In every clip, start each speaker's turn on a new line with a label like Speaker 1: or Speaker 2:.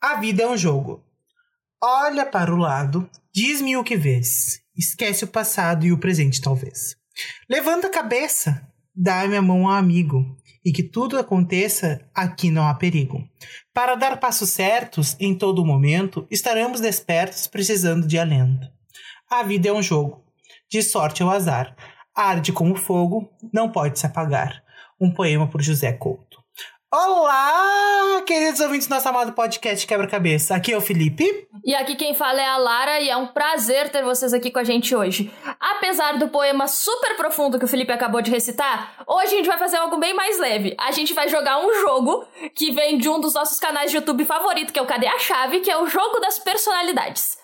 Speaker 1: A vida é um jogo. Olha para o lado, diz-me o que vês. Esquece o passado e o presente, talvez. Levanta a cabeça, dá-me a mão ao amigo, e que tudo aconteça, aqui não há perigo. Para dar passos certos, em todo momento, estaremos despertos, precisando de alento. A vida é um jogo, de sorte ou azar. Arde como fogo, não pode se apagar. Um poema por José Couto. Olá, queridos ouvintes do nosso amado podcast Quebra-Cabeça. Aqui é o Felipe.
Speaker 2: E aqui quem fala é a Lara e é um prazer ter vocês aqui com a gente hoje. Apesar do poema super profundo que o Felipe acabou de recitar, hoje a gente vai fazer algo bem mais leve. A gente vai jogar um jogo que vem de um dos nossos canais de YouTube favorito, que é o Cadê a Chave, que é o jogo das personalidades.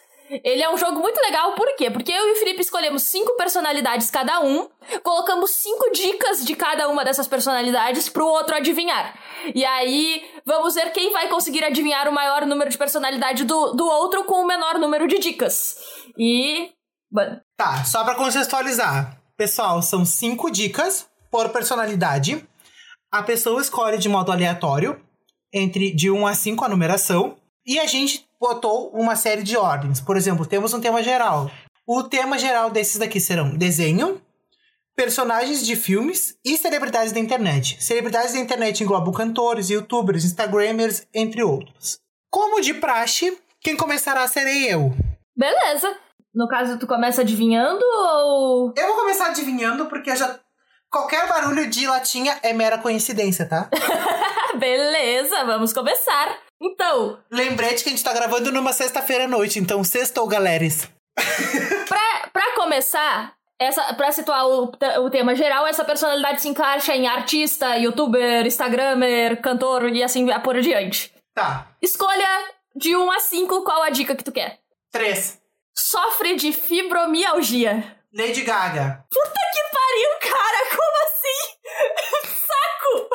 Speaker 2: Ele é um jogo muito legal, por quê? Porque eu e o Felipe escolhemos cinco personalidades cada um, colocamos cinco dicas de cada uma dessas personalidades pro outro adivinhar. E aí, vamos ver quem vai conseguir adivinhar o maior número de personalidade do, do outro com o menor número de dicas. E. Bom,
Speaker 1: Tá, só para contextualizar. Pessoal, são cinco dicas por personalidade. A pessoa escolhe de modo aleatório, entre de 1 a 5 a numeração, e a gente botou uma série de ordens. Por exemplo, temos um tema geral. O tema geral desses daqui serão desenho, personagens de filmes e celebridades da internet. Celebridades da internet englobam cantores, youtubers, instagramers, entre outros. Como de praxe, quem começará serei eu.
Speaker 2: beleza. No caso, tu começa adivinhando ou.
Speaker 1: Eu vou começar adivinhando, porque eu já. Qualquer barulho de latinha é mera coincidência, tá?
Speaker 2: Ah, beleza, vamos começar. Então,
Speaker 1: Lembrete que a gente tá gravando numa sexta-feira à noite, então sextou, galeres.
Speaker 2: pra, pra começar, essa, pra situar o, te- o tema geral, essa personalidade se encaixa em artista, youtuber, instagramer, cantor e assim por diante.
Speaker 1: Tá.
Speaker 2: Escolha de 1 a 5 qual a dica que tu quer.
Speaker 1: Três.
Speaker 2: Sofre de fibromialgia.
Speaker 1: Lady Gaga.
Speaker 2: Que pariu, cara! Como assim? Saco!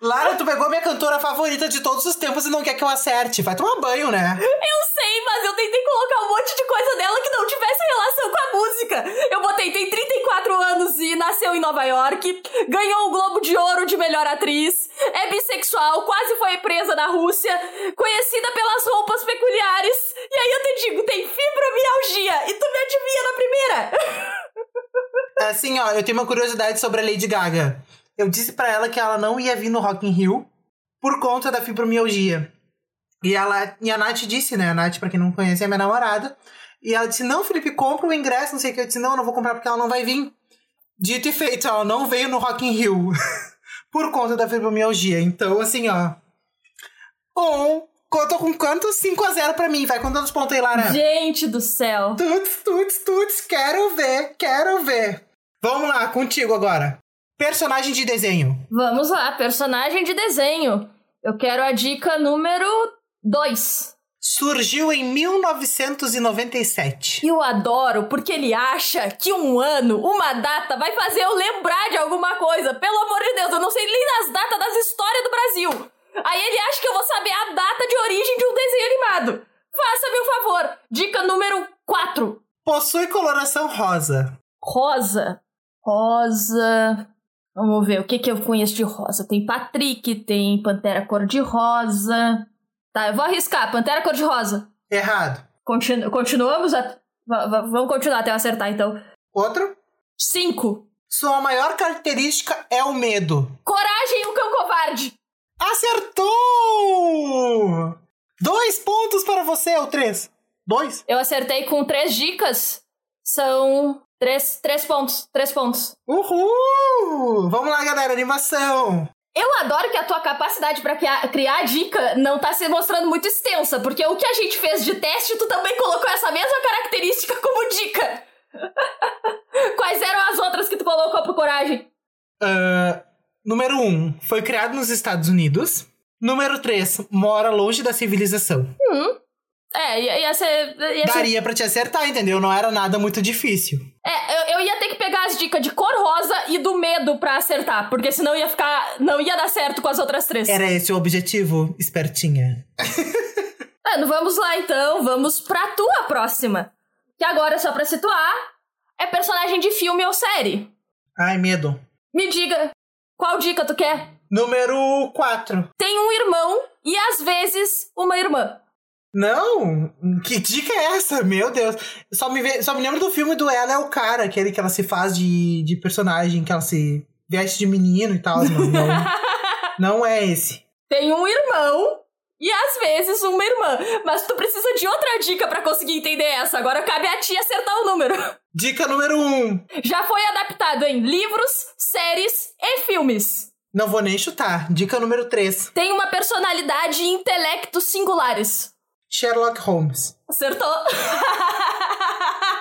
Speaker 1: Lara, tu pegou minha cantora favorita de todos os tempos e não quer que eu acerte. Vai tomar banho, né?
Speaker 2: Eu sei, mas eu tentei colocar um monte de coisa dela que não tivesse relação com a música. Eu botei, tem 34 anos e nasceu em Nova York, ganhou o Globo de Ouro de melhor atriz, é bissexual, quase foi presa na Rússia, conhecida pelas roupas peculiares. E aí eu te digo, tem fibromialgia e tu me adivinha na primeira.
Speaker 1: Assim, ó, eu tenho uma curiosidade sobre a Lady Gaga. Eu disse pra ela que ela não ia vir no Rock in Rio por conta da fibromialgia. E, ela, e a Nath disse, né? A Nath, pra quem não conhece, é minha namorada. E ela disse, não, Felipe, compra o ingresso, não sei o que. Eu disse, não, eu não vou comprar porque ela não vai vir. Dito e feito, ela não veio no Rock in Rio por conta da fibromialgia. Então, assim, ó... Um, conta com quanto? 5 a 0 pra mim. Vai contando os pontos aí, Lara.
Speaker 2: Gente do céu.
Speaker 1: Tuts, tuts, tuts, quero ver, quero ver. Vamos lá, contigo agora. Personagem de desenho.
Speaker 2: Vamos lá, personagem de desenho. Eu quero a dica número 2.
Speaker 1: Surgiu em 1997.
Speaker 2: Eu adoro porque ele acha que um ano, uma data, vai fazer eu lembrar de alguma coisa. Pelo amor de Deus, eu não sei nem das datas das histórias do Brasil. Aí ele acha que eu vou saber a data de origem de um desenho animado. Faça-me um favor. Dica número 4.
Speaker 1: Possui coloração rosa.
Speaker 2: Rosa. Rosa. Vamos ver, o que, que eu conheço de rosa? Tem Patrick, tem Pantera Cor-de-Rosa. Tá, eu vou arriscar. Pantera Cor-de-Rosa.
Speaker 1: Errado.
Speaker 2: Continu- continuamos? A... va- va- Vamos continuar até eu acertar, então.
Speaker 1: Outro.
Speaker 2: 5.
Speaker 1: Sua maior característica é o medo.
Speaker 2: Coragem, o cão covarde.
Speaker 1: Acertou! Dois pontos para você, ou três? Dois?
Speaker 2: Eu acertei com três dicas. São três, três pontos. Três pontos.
Speaker 1: Uhul! Vamos lá, galera, animação.
Speaker 2: Eu adoro que a tua capacidade pra criar, criar dica não tá se mostrando muito extensa, porque o que a gente fez de teste, tu também colocou essa mesma característica como dica. Quais eram as outras que tu colocou pro coragem?
Speaker 1: Ah, número 1. Um, foi criado nos Estados Unidos. Número 3. Mora longe da civilização.
Speaker 2: É, ia, ia ser. ia ser-
Speaker 1: Daria pra te acertar, entendeu? Não era nada muito difícil.
Speaker 2: É, eu, eu ia ter que pegar as dicas de cor rosa e do medo pra acertar, porque senão ia ficar. Não ia dar certo com as outras três.
Speaker 1: Era esse o objetivo, espertinha.
Speaker 2: Mano, Ah, vamos lá então, vamos pra tua próxima. Que agora, só pra situar, é personagem de filme ou série.
Speaker 1: Ai, medo.
Speaker 2: Me diga, qual dica tu quer?
Speaker 1: Número 4.
Speaker 2: Tem um irmão e às vezes uma irmã.
Speaker 1: Não! Que dica é essa? Meu Deus! Só me, ve- só me lembro do filme do Ela é o Cara, aquele que ela se faz de, de personagem, que ela se veste de menino e tal. mas não, não é esse.
Speaker 2: Tem um irmão e às vezes uma irmã. Mas tu precisa de outra dica pra conseguir entender essa. Agora cabe a ti acertar o número.
Speaker 1: Dica número Um.
Speaker 2: Já foi adaptado em livros, séries e filmes.
Speaker 1: Não vou nem chutar. Dica número três.
Speaker 2: Tem uma personalidade e intelecto singulares.
Speaker 1: Sherlock Holmes.
Speaker 2: Acertou?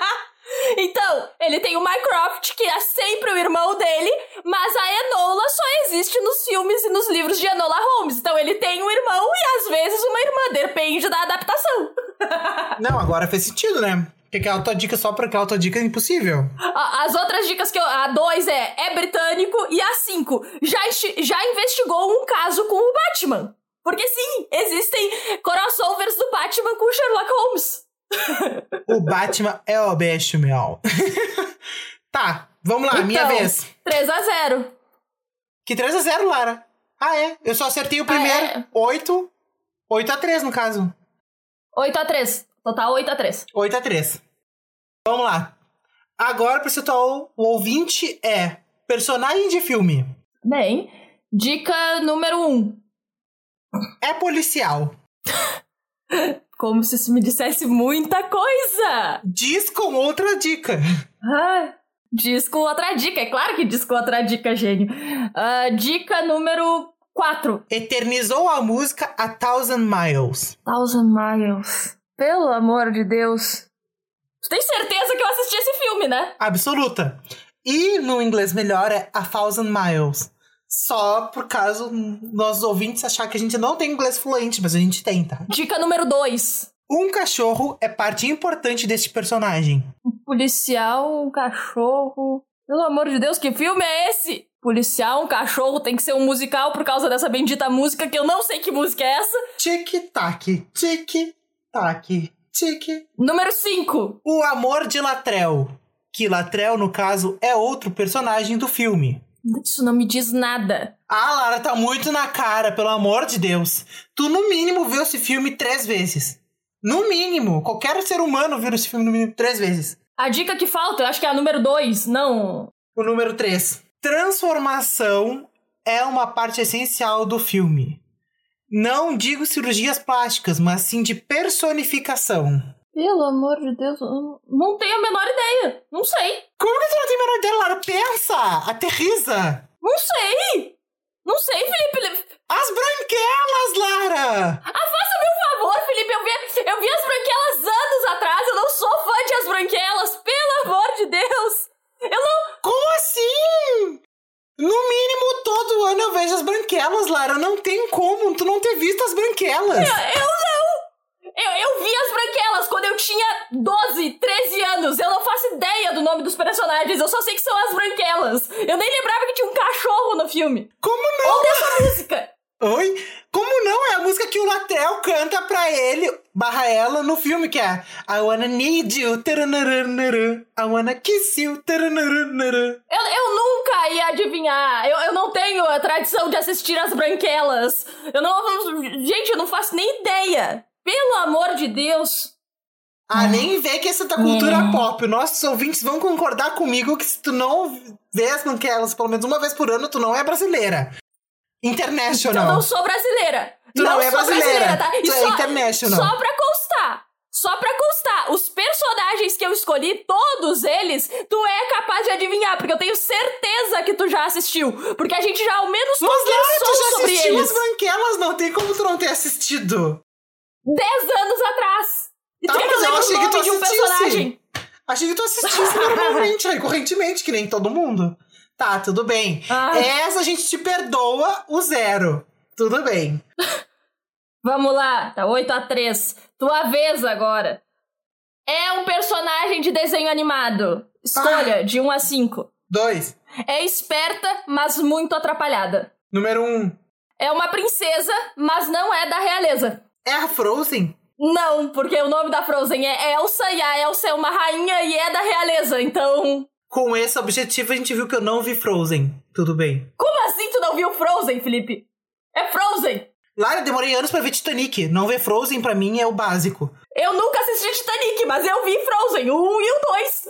Speaker 2: então, ele tem o Mycroft, que é sempre o irmão dele, mas a Enola só existe nos filmes e nos livros de Enola Holmes. Então ele tem um irmão e às vezes uma irmã, depende da adaptação.
Speaker 1: Não, agora fez sentido, né? Porque aquela tua dica só pra aquela tua dica é impossível.
Speaker 2: A- As outras dicas que eu. A 2 é é britânico e a 5 já, insti- já investigou um caso com o Batman. Porque sim, existem crossovers do Batman com Sherlock Holmes.
Speaker 1: O Batman é o best, meu. tá, vamos lá, minha
Speaker 2: Então,
Speaker 1: vez.
Speaker 2: 3 a 0
Speaker 1: Que 3x0, Lara. Ah, é. Eu só acertei o primeiro.
Speaker 2: é?
Speaker 1: Oito. 8. 8x3, no caso.
Speaker 2: 8 a 3 Total 8 a 3
Speaker 1: 8x3. Vamos lá. Agora, pra citar o o ouvinte, é personagem de filme.
Speaker 2: Bem, dica número 1. Um.
Speaker 1: É policial.
Speaker 2: Como se isso me dissesse muita coisa!
Speaker 1: Diz com outra dica.
Speaker 2: Ah, diz com outra dica, é claro que diz com outra dica, gênio. Ah, dica número 4.
Speaker 1: Eternizou a música A Thousand Miles.
Speaker 2: Thousand Miles. Pelo amor de Deus. Tu tem certeza que eu assisti esse filme, né?
Speaker 1: Absoluta. E no inglês melhor é A Thousand Miles. Só por caso nossos ouvintes achar que a gente não tem inglês fluente, mas a gente tem, tá?
Speaker 2: Dica número 2.
Speaker 1: Um cachorro é parte importante deste personagem.
Speaker 2: Policial, um cachorro. Pelo amor de Deus, que filme é esse? Policial, um cachorro, tem que ser um musical por causa dessa bendita música que eu não sei que música é essa.
Speaker 1: Tic-tac, tic-tac, tic.
Speaker 2: Número 5.
Speaker 1: O amor de Latrell. Que Latrell, no caso, é outro personagem do filme.
Speaker 2: Isso não me diz nada.
Speaker 1: Ah, Lara, tá muito na cara, pelo amor de Deus. Tu, no mínimo, viu esse filme três vezes. No mínimo. Qualquer ser humano viu esse filme, no mínimo, três vezes.
Speaker 2: A dica que falta, eu acho que é a número 2. Não.
Speaker 1: O número três. Transformação é uma parte essencial do filme. Não digo cirurgias plásticas, mas sim de personificação.
Speaker 2: Pelo amor de Deus, eu não tenho a menor ideia. Não sei.
Speaker 1: Como que tu não tem menor ideia, Lara? Pensa! Aterriza!
Speaker 2: Não sei. Não sei, Felipe.
Speaker 1: As branquelas, Lara!
Speaker 2: Por favor, Felipe, eu vi, eu vi as branquelas anos atrás, eu não sou fã de as branquelas, pelo amor de Deus! Eu não.
Speaker 1: Como assim? No mínimo, todo ano eu vejo as branquelas, Lara. Não tem como tu não ter visto as branquelas.
Speaker 2: Eu não! Eu, eu vi as branquelas quando eu tinha 12, 13 anos. Eu não faço ideia do nome dos personagens, eu só sei que são as branquelas. Eu nem lembrava que tinha um cachorro no filme.
Speaker 1: Como
Speaker 2: Ou dessa música!
Speaker 1: não? Oi? Como não? É a música que o Latrell canta pra ele, barra ela, no filme, que é I wanna need you, taranaranaru. I wanna kiss you, taranaranaru.
Speaker 2: Eu, eu nunca ia adivinhar. Eu, eu não tenho a tradição de assistir as branquelas. Eu não. Gente, eu não faço nem ideia. Pelo amor de Deus!
Speaker 1: Ah, nem vê que essa é da cultura
Speaker 2: Hum.
Speaker 1: pop. Nossos ouvintes vão concordar comigo que se tu não vê as branquelas pelo menos uma vez por ano, tu não é brasileira.
Speaker 2: Eu
Speaker 1: International.
Speaker 2: não sou brasileira.
Speaker 1: Tu não é
Speaker 2: sou
Speaker 1: brasileira,
Speaker 2: tá? E
Speaker 1: tu é
Speaker 2: só,
Speaker 1: international.
Speaker 2: Só pra constar. Só pra constar, os personagens que eu escolhi, todos eles, tu é capaz de adivinhar, porque eu tenho certeza que tu já assistiu. Porque a gente já ao menos
Speaker 1: Mas Lara,
Speaker 2: conversou
Speaker 1: tu já
Speaker 2: sobre
Speaker 1: assistiu
Speaker 2: eles
Speaker 1: as branquelas, não tem como tu não ter assistido.
Speaker 2: dez anos atrás. E
Speaker 1: Tá,
Speaker 2: tu quer que
Speaker 1: mas eu
Speaker 2: eu lembre
Speaker 1: achei
Speaker 2: o
Speaker 1: que
Speaker 2: nome
Speaker 1: tu
Speaker 2: de um
Speaker 1: assistiu, sim.
Speaker 2: personagem?
Speaker 1: Achei que tu assistisse normalmente, recorrentemente, que nem todo mundo. Tá, tudo bem.
Speaker 2: Ah.
Speaker 1: Essa a gente te perdoa o zero. Tudo bem.
Speaker 2: Vamos lá, tá 8 a 3 Tua vez agora. É um personagem de desenho animado. Escolha, de 1 a 5.
Speaker 1: Dois.
Speaker 2: É esperta, mas muito atrapalhada.
Speaker 1: Número um.
Speaker 2: É uma princesa, mas não é da realeza.
Speaker 1: É a Frozen?
Speaker 2: Não, porque o nome da Frozen é Elsa e a Elsa é uma rainha e é da realeza. Então,
Speaker 1: Com esse objetivo, a gente viu que eu não vi Frozen. Tudo bem.
Speaker 2: como assim tu não viu Frozen, Felipe? É Frozen!
Speaker 1: Lara, demorei anos pra ver Titanic. Não ver Frozen pra mim é o básico.
Speaker 2: Eu nunca assisti Titanic, mas eu vi Frozen, o 1 e o 2.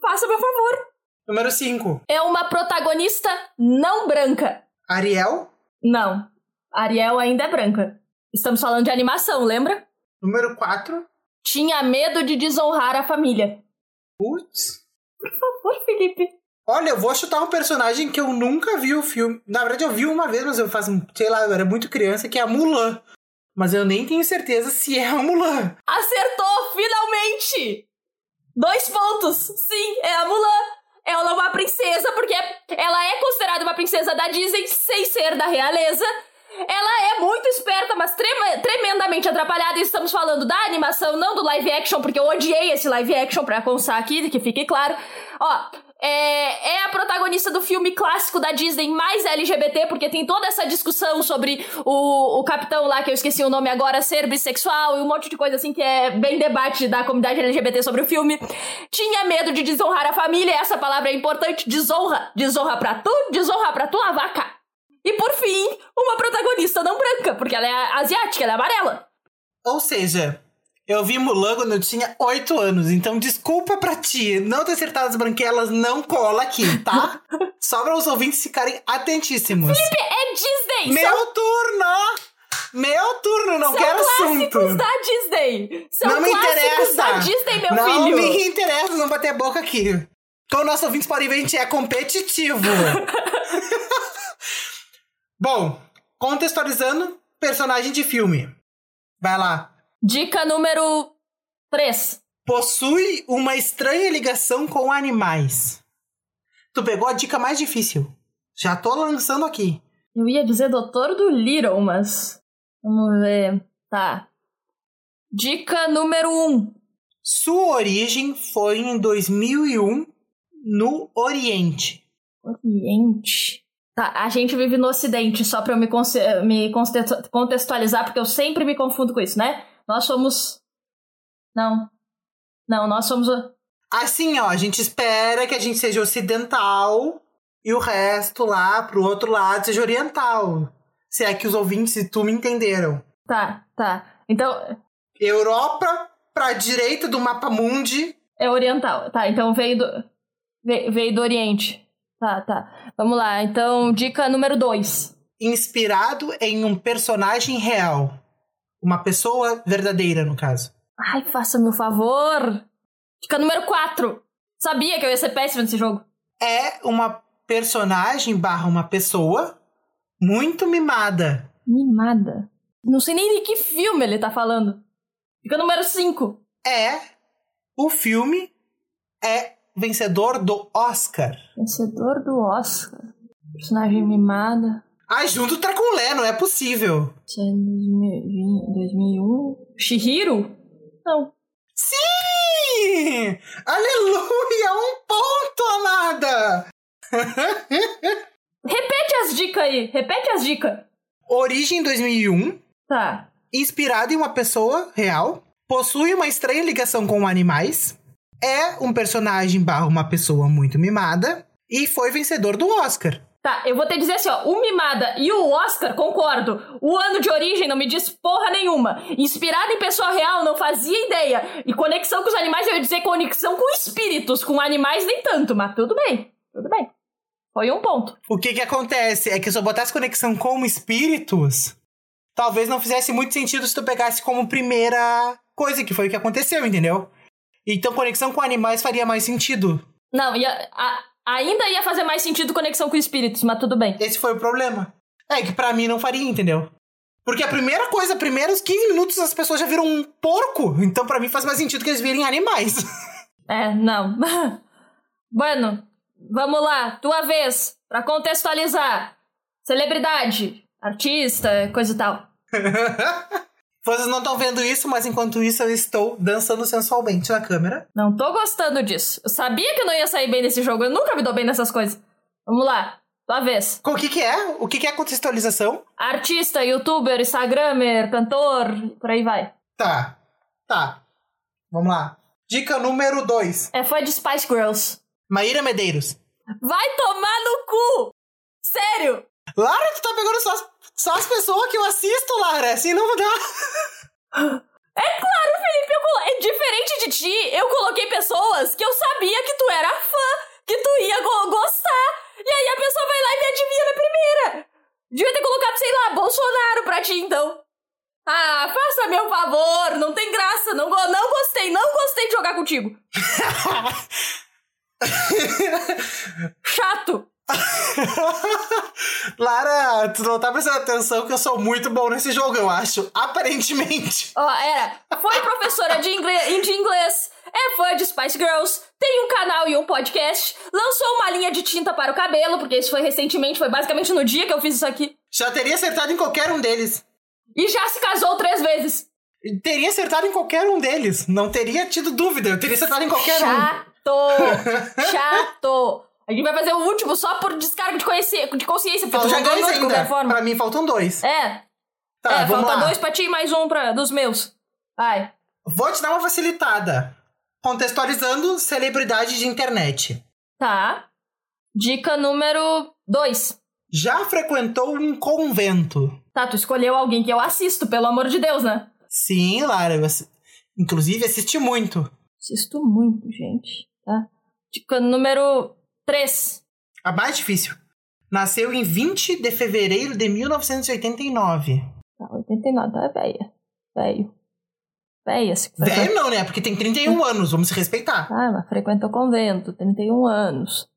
Speaker 2: Faça meu favor.
Speaker 1: Número 5.
Speaker 2: É uma protagonista não branca.
Speaker 1: Ariel.
Speaker 2: Não. Ariel ainda é branca. Estamos falando de animação, lembra?
Speaker 1: Número 4.
Speaker 2: Tinha medo de desonrar a família.
Speaker 1: Putz.
Speaker 2: Por favor, Felipe.
Speaker 1: Olha, eu vou chutar um personagem que eu nunca vi o filme. Na verdade, eu vi uma vez, mas eu faço, sei lá, eu era muito criança, que é a Mulan. Mas eu nem tenho certeza se é a Mulan.
Speaker 2: Acertou, finalmente! Dois pontos. Sim, é a Mulan. Ela é uma princesa, porque ela é considerada uma princesa da Disney sem ser da realeza. Ela é muito esperta, mas trema- tremendamente atrapalhada. E Estamos falando da animação, não do live action, porque eu odiei esse live action pra constar aqui, que fique claro. Ó, é, é a protagonista do filme clássico da Disney mais LGBT, porque tem toda essa discussão sobre o, o capitão lá, que eu esqueci o nome agora, ser bissexual e um monte de coisa assim que é bem debate da comunidade LGBT sobre o filme. Tinha medo de desonrar a família, essa palavra é importante. Desonra. Desonra pra tu, desonra pra tua vaca. E por fim, uma protagonista não branca, porque ela é asiática, ela é amarela.
Speaker 1: Ou seja, eu vi Mulan quando eu tinha 8 anos, então desculpa pra ti não ter acertado as branquelas, não cola aqui, tá? Só pra os ouvintes ficarem atentíssimos.
Speaker 2: É Disney! são
Speaker 1: Meu turno! Meu turno, não
Speaker 2: são
Speaker 1: quero assunto!
Speaker 2: clássicos da Disney! São
Speaker 1: não me
Speaker 2: clássicos
Speaker 1: interessa!
Speaker 2: da Disney, meu
Speaker 1: não
Speaker 2: filho!
Speaker 1: me interessa, não bater a boca aqui. Com o nosso ouvinte podem ver, a gente é competitivo. Bom, contextualizando, personagem de filme. Vai lá.
Speaker 2: Dica número 3.
Speaker 1: Possui uma estranha ligação com animais. Tu pegou a dica mais difícil. Já tô lançando aqui.
Speaker 2: Eu ia dizer Doutor do Little, mas. Vamos ver. Tá. Dica número 1.
Speaker 1: Sua origem foi em 2001 no Oriente.
Speaker 2: Oriente. Tá, a gente vive no Ocidente, só pra eu me, conce- me conte- contextualizar, porque eu sempre me confundo com isso, né? Nós somos. Não. Não, nós somos. o-
Speaker 1: Assim, ó, a gente espera que a gente seja ocidental e o resto lá pro outro lado seja oriental. Se é que os ouvintes e tu me entenderam.
Speaker 2: Tá, tá. Então,
Speaker 1: Europa pra direita do mapa mundi.
Speaker 2: é oriental. Tá, então veio do. ve- Veio do Oriente. Tá, tá. Vamos lá. Então, dica número 2.
Speaker 1: inspirado em um personagem real. Uma pessoa verdadeira, no caso.
Speaker 2: Ai, faça-me o favor. Dica número 4. Sabia que eu ia ser péssima nesse jogo.
Speaker 1: É uma personagem barra uma pessoa muito mimada.
Speaker 2: Mimada. Não sei nem de que filme ele tá falando. Dica número 5.
Speaker 1: É o filme é vencedor do Oscar.
Speaker 2: Vencedor do Oscar. Personagem mimada.
Speaker 1: Ai, junto Traculé, não é possível.
Speaker 2: Isso é 2001. Shihiro? Não.
Speaker 1: Ih, Aleluia! Um ponto, amada!
Speaker 2: Repete as dicas aí. Repete as dicas.
Speaker 1: Origem 2001,
Speaker 2: Tá.
Speaker 1: inspirado um, em uma pessoa real, possui uma estranha ligação com animais, é um personagem barra uma pessoa muito mimada e foi vencedor do Oscar.
Speaker 2: Tá, eu vou ter que dizer assim, ó, o Mimada e o Oscar, concordo. O ano de origem não me diz porra nenhuma. Inspirado em pessoa real, não fazia ideia. E conexão com os animais, eu ia dizer conexão com espíritos, com animais nem tanto, mas tudo bem, tudo bem. Foi um ponto.
Speaker 1: O que que acontece é que se eu botasse conexão com espíritos, talvez não fizesse muito sentido se tu pegasse como primeira coisa, que foi o que aconteceu, entendeu? Então conexão com animais faria mais sentido.
Speaker 2: Não, ia, a- ainda ia fazer mais sentido conexão com espíritos, mas tudo bem.
Speaker 1: Esse foi o problema. É que pra mim não faria, entendeu? Porque a primeira coisa, primeiros 15 minutos as pessoas já viram um porco, então pra mim faz mais sentido que eles virem animais.
Speaker 2: É, não. bueno, vamos lá, tua vez, pra contextualizar. Celebridade, artista, coisa e tal.
Speaker 1: Vocês não estão vendo isso, mas enquanto isso eu estou dançando sensualmente na câmera.
Speaker 2: Não tô gostando disso. Eu sabia que eu não ia sair bem nesse jogo. Eu nunca me dou bem nessas coisas. Vamos lá. Tua vez.
Speaker 1: Com o que que é? O que que é contextualização?
Speaker 2: Artista, youtuber, instagramer, cantor, por aí vai.
Speaker 1: Tá, tá. Vamos lá. Dica número 2.
Speaker 2: É fã de Spice Girls.
Speaker 1: Maíra Medeiros.
Speaker 2: Vai tomar no cu! Sério!
Speaker 1: Lara, tu tá pegando só as, só as pessoas que eu assisto, Lara. Assim não dá.
Speaker 2: É claro, Felipe, eu colo- é diferente de ti, eu coloquei pessoas que eu sabia que tu era fã, que tu ia go- gostar. E aí a pessoa vai lá e me adivinha na primeira. Devia ter colocado, sei lá, Bolsonaro pra ti, então. Ah, faça meu favor, não tem graça, não, go- não gostei, não gostei de jogar contigo. Chato.
Speaker 1: Lara, tu não tá prestando atenção que eu sou muito bom nesse jogo, eu acho. Aparentemente.
Speaker 2: Ó, era, foi professora de ingle- de inglês, é fã de Spice Girls, tem um canal e um podcast, lançou uma linha de tinta para o cabelo, porque isso foi recentemente, foi basicamente no dia que eu fiz isso aqui,
Speaker 1: Já teria acertado em qualquer um deles.
Speaker 2: e já se casou três vezes.
Speaker 1: Teria acertado em qualquer um deles. Não teria tido dúvida. Eu teria acertado em qualquer um.
Speaker 2: Chato! Chato! A gente vai fazer o último só por descargo de, conhecer, de consciência, porque
Speaker 1: Faltam
Speaker 2: tu já
Speaker 1: dois
Speaker 2: ganhou de
Speaker 1: ainda.
Speaker 2: qualquer forma.
Speaker 1: Pra mim faltam dois.
Speaker 2: É,
Speaker 1: Tá,
Speaker 2: é
Speaker 1: vamos
Speaker 2: falta
Speaker 1: lá.
Speaker 2: dois pra ti e mais um pra, dos meus. Vai.
Speaker 1: Vou te dar uma facilitada. Contextualizando celebridade de internet.
Speaker 2: Tá. Dica número dois.
Speaker 1: Já frequentou um convento?
Speaker 2: Tá, tu escolheu alguém que eu assisto, pelo amor de Deus, né?
Speaker 1: Sim, Lara. eu assi- Inclusive, assisti muito.
Speaker 2: Assisto muito, gente. Tá? Dica número 3.
Speaker 1: A mais difícil. Nasceu em 20 de fevereiro de 1989.
Speaker 2: Tá, 89, tá, é velha. Velho. Velha, se frequenta-
Speaker 1: Velho não, né? Porque tem 31 anos, vamos se respeitar.
Speaker 2: Ah, mas frequenta o convento, 31 anos.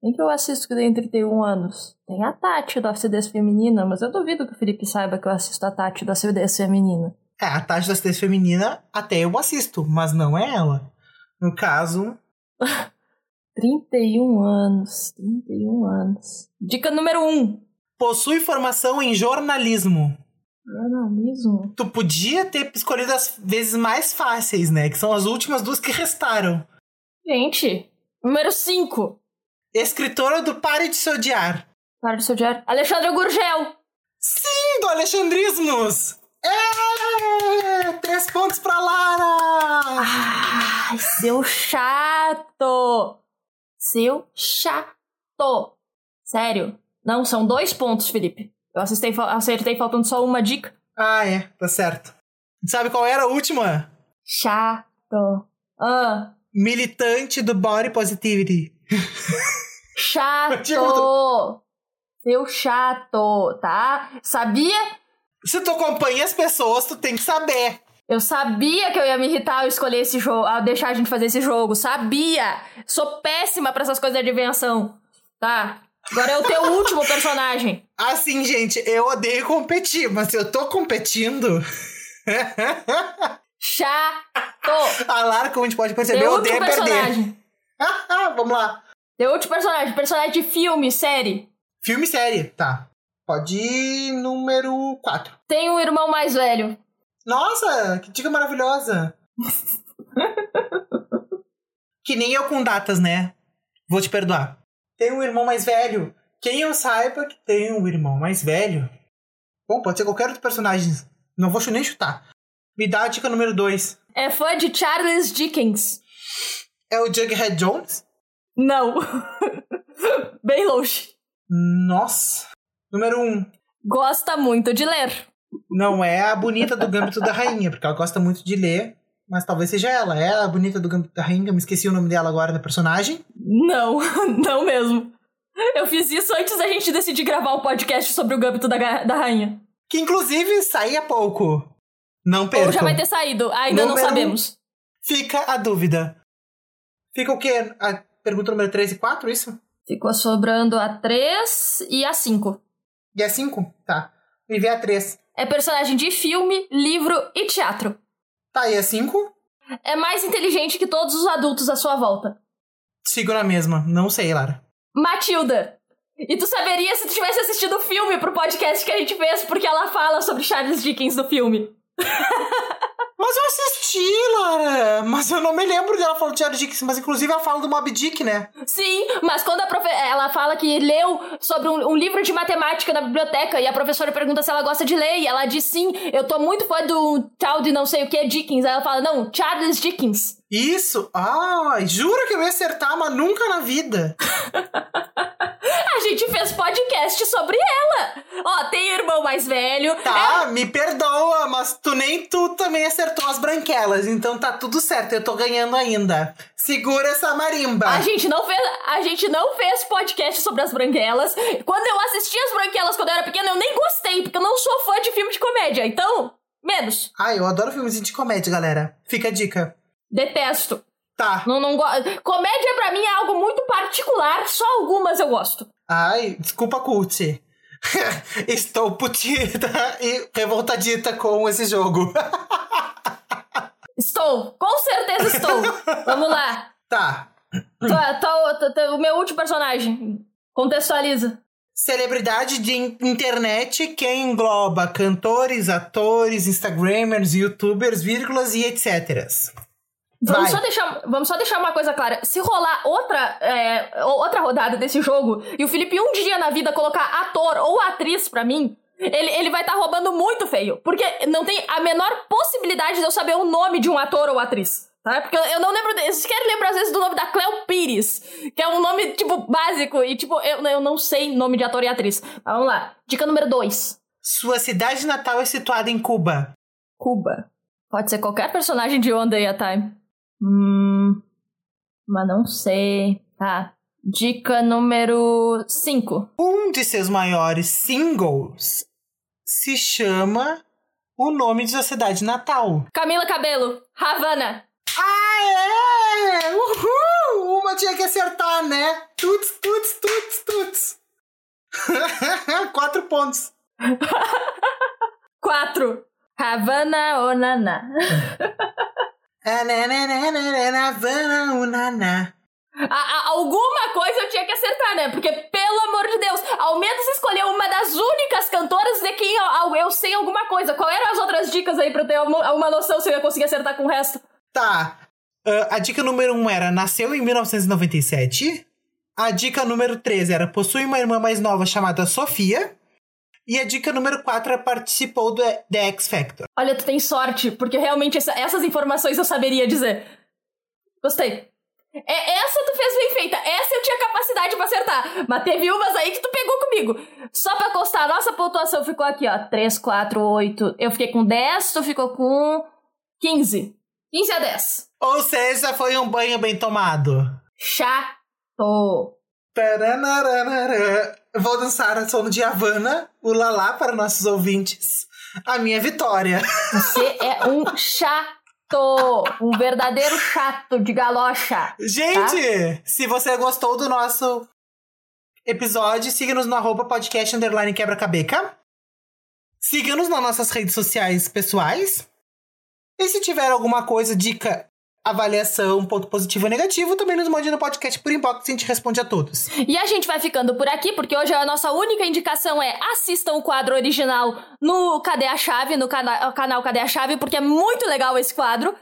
Speaker 2: Quem que eu assisto que tem 31 anos? Tem a Tati da CDS Feminina, mas eu duvido que o Felipe saiba que eu assisto a Tati da CDS Feminina.
Speaker 1: É, a taxa da acidez feminina até eu assisto, mas não é ela. No caso,
Speaker 2: 31 anos, 31 anos. Dica número 1.
Speaker 1: possui formação em jornalismo.
Speaker 2: Jornalismo?
Speaker 1: Tu podia ter escolhido as vezes mais fáceis, né? Que são as últimas duas que restaram.
Speaker 2: Gente, número 5.
Speaker 1: Escritora do Pare de Se Odiar.
Speaker 2: Para de se odiar. Alexandre Gurgel.
Speaker 1: Sim, do Alexandrismos! É! Três pontos pra Lara!
Speaker 2: Ai, seu chato! Seu chato! Sério, não são dois pontos, Felipe. Eu acertei, acertei faltando só uma dica.
Speaker 1: Ah, é, tá certo. Sabe qual era a última?
Speaker 2: Chato. Ah,
Speaker 1: Militante do Body Positivity. Diga
Speaker 2: chato! Seu chato, tá? Sabia?
Speaker 1: Se tu acompanha as pessoas, tu tem que saber.
Speaker 2: Eu sabia que eu ia me irritar ao escolher esse jogo, ao deixar a gente fazer esse jogo. Sabia! Sou péssima pra essas coisas de adivinhação, tá? Agora é o teu último personagem.
Speaker 1: Assim, gente, eu odeio competir, mas se eu tô competindo.
Speaker 2: Chato!
Speaker 1: a Lara, como a gente pode perceber,
Speaker 2: Teu
Speaker 1: eu
Speaker 2: último
Speaker 1: odeio perder.
Speaker 2: personagem.
Speaker 1: Vamos lá.
Speaker 2: Teu último personagem. Personagem de filme, série.
Speaker 1: Filme e série, tá. Pode ir número 4.
Speaker 2: Tem um irmão mais velho.
Speaker 1: Nossa, que dica maravilhosa. que nem eu com datas, né? Vou te perdoar. Tem um irmão mais velho. Quem eu saiba que tem um irmão mais velho. Bom, pode ser qualquer outro personagem. Não vou chu- nem chutar. Me dá a dica número 2.
Speaker 2: É fã de Charles Dickens.
Speaker 1: É o Jughead Jones?
Speaker 2: Não. Bem longe.
Speaker 1: Nossa. Número 1. Um.
Speaker 2: Gosta muito de ler.
Speaker 1: Não é a bonita do Gambito da Rainha, porque ela gosta muito de ler. Mas talvez seja ela. É a bonita do Gambito da Rainha. Eu me esqueci o nome dela agora da personagem.
Speaker 2: Não, não mesmo. Eu fiz isso antes da gente decidir gravar um podcast sobre o gâmbito da, ga- da rainha.
Speaker 1: Que inclusive sai há pouco. Não
Speaker 2: Ou
Speaker 1: perco.
Speaker 2: já vai ter saído, ainda não
Speaker 1: Número um.
Speaker 2: sabemos.
Speaker 1: Fica a dúvida. Fica o quê? A pergunta número 3 e 4, isso?
Speaker 2: Ficou sobrando a 3 e a 5.
Speaker 1: E a 5? Tá. Me vê a 3.
Speaker 2: É personagem de filme, livro e teatro.
Speaker 1: Tá, e a 5?
Speaker 2: é mais inteligente que todos os adultos à sua volta.
Speaker 1: Sigo na mesma. Não sei, Lara.
Speaker 2: Matilda. E tu saberia se tu tivesse assistido o filme pro podcast que a gente fez, porque ela fala sobre Charles Dickens no filme.
Speaker 1: Mas eu assisti, Lara. Mas eu não me lembro dela falando de Charles Dickens. Mas inclusive ela fala do Mob Dick, né?
Speaker 2: Sim, mas quando a profe... ela fala que leu sobre um, um livro de matemática na biblioteca e a professora pergunta se ela gosta de ler e ela diz sim, eu tô muito fã do tal de não sei o que Dickens. Aí ela fala, não, Charles Dickens.
Speaker 1: Isso. Ai, juro que eu ia acertar, mas nunca na vida.
Speaker 2: A A gente fez podcast sobre ela. Ó, tem irmão mais velho. é
Speaker 1: Tá, me perdoa, mas tu nem tu também acertou as branquelas, então tá tudo certo, eu tô ganhando ainda. Segura essa marimba.
Speaker 2: A gente não fez, a gente não fez podcast sobre as branquelas. Quando eu assisti as branquelas quando eu era pequena, eu nem gostei, porque eu não sou fã de filme de comédia. Então, menos.
Speaker 1: Ai, eu adoro filmes de comédia, galera. Fica a dica.
Speaker 2: Detesto.
Speaker 1: Tá.
Speaker 2: Não, não gosto. Comédia pra mim é algo muito particular, só algumas eu gosto.
Speaker 1: Ai, desculpa, Cult. Estou putida e revoltadita com esse jogo.
Speaker 2: Estou, com certeza estou. Vamos lá.
Speaker 1: tá.
Speaker 2: Tua- tua- tua- tua- o meu último personagem. Contextualiza.
Speaker 1: Celebridade de in- internet que engloba cantores, atores, instagramers, youtubers, vírgulas e etc. Vai.
Speaker 2: Vamos só, deixar, vamos só deixar uma coisa clara. Se rolar outra, é, o- outra rodada desse jogo e o Felipe um dia na vida colocar ator ou atriz pra mim, ele, ele vai estar roubando muito feio. Porque não tem a menor possibilidade de eu saber o nome de um ator ou atriz. Tá? Porque eu, eu não lembro. Eu sequer lembro às vezes do nome da Cleo Pires, que é um nome, tipo, básico. E, tipo, eu, eu não sei nome de ator e atriz. Mas vamos lá. Dica número 2:
Speaker 1: Sua cidade natal é situada em Cuba.
Speaker 2: Cuba. Pode ser qualquer personagem de One Day at a Time. Hum. Mas não sei. Tá. Dica número 5.
Speaker 1: Um de seus maiores singles se chama O Nome de Sua Cidade Natal.
Speaker 2: Camila Cabelo, Havana.
Speaker 1: Ah, é! Uhul! Uma tinha que acertar, né? Tuts, tuts, tuts, tuts. Quatro pontos.
Speaker 2: 4. Havana Onaná.
Speaker 1: Ah, né, né, né, né, né, na Havana, o naná.
Speaker 2: A- a- alguma coisa eu tinha que acertar, né? Porque, pelo amor de Deus, ao menos escolher uma das únicas cantoras de quem eu, eu- eu sei alguma coisa. Qual eram as outras dicas aí pra eu ter alguma, alguma noção se eu ia conseguir acertar com o resto?
Speaker 1: Tá. Ah, a dica número um era nasceu em 1997. A dica número três era possui uma irmã mais nova chamada Sofia. E a dica número quatro era participou do The X Factor.
Speaker 2: Olha, tu tem sorte, porque realmente essa- essas informações eu saberia dizer. Gostei. É, essa tu fez bem feita. Essa eu tinha capacidade pra acertar. Mas teve umas aí que tu pegou comigo. Só pra constar, a nossa pontuação ficou aqui, ó. 3, 4, 8. Eu fiquei com 10, tu ficou com 15. 15 a 10.
Speaker 1: Ou seja, foi um banho bem tomado.
Speaker 2: Chato.
Speaker 1: Taranarararã. Vou dançar a som de Havana, o Lalá para nossos ouvintes. A minha vitória.
Speaker 2: Você é um chato. Um verdadeiro chato de galocha.
Speaker 1: Gente, se você gostou do nosso episódio, siga-nos no arroba podcast underline quebra-cabeca. Siga-nos nas nossas redes sociais pessoais. E se tiver alguma coisa, dica, avaliação, ponto positivo ou negativo, também nos mande no podcast por inbox e a gente responde a todos.
Speaker 2: E a gente vai ficando por aqui, porque hoje a nossa única indicação é assistam o quadro original no Cadê a Chave, no cana canal Cadê a Chave, porque é muito legal esse quadro.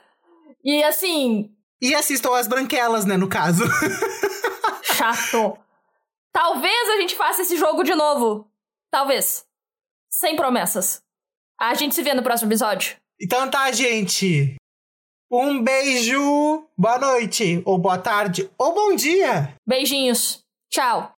Speaker 2: E assim,
Speaker 1: E assistam as branquelas, né, no caso.
Speaker 2: chato. Talvez a gente faça esse jogo de novo. Talvez. Sem promessas. A gente se vê no próximo episódio.
Speaker 1: Então tá, gente. Um beijo, boa noite, ou boa tarde, ou bom dia.
Speaker 2: Beijinhos. Tchau.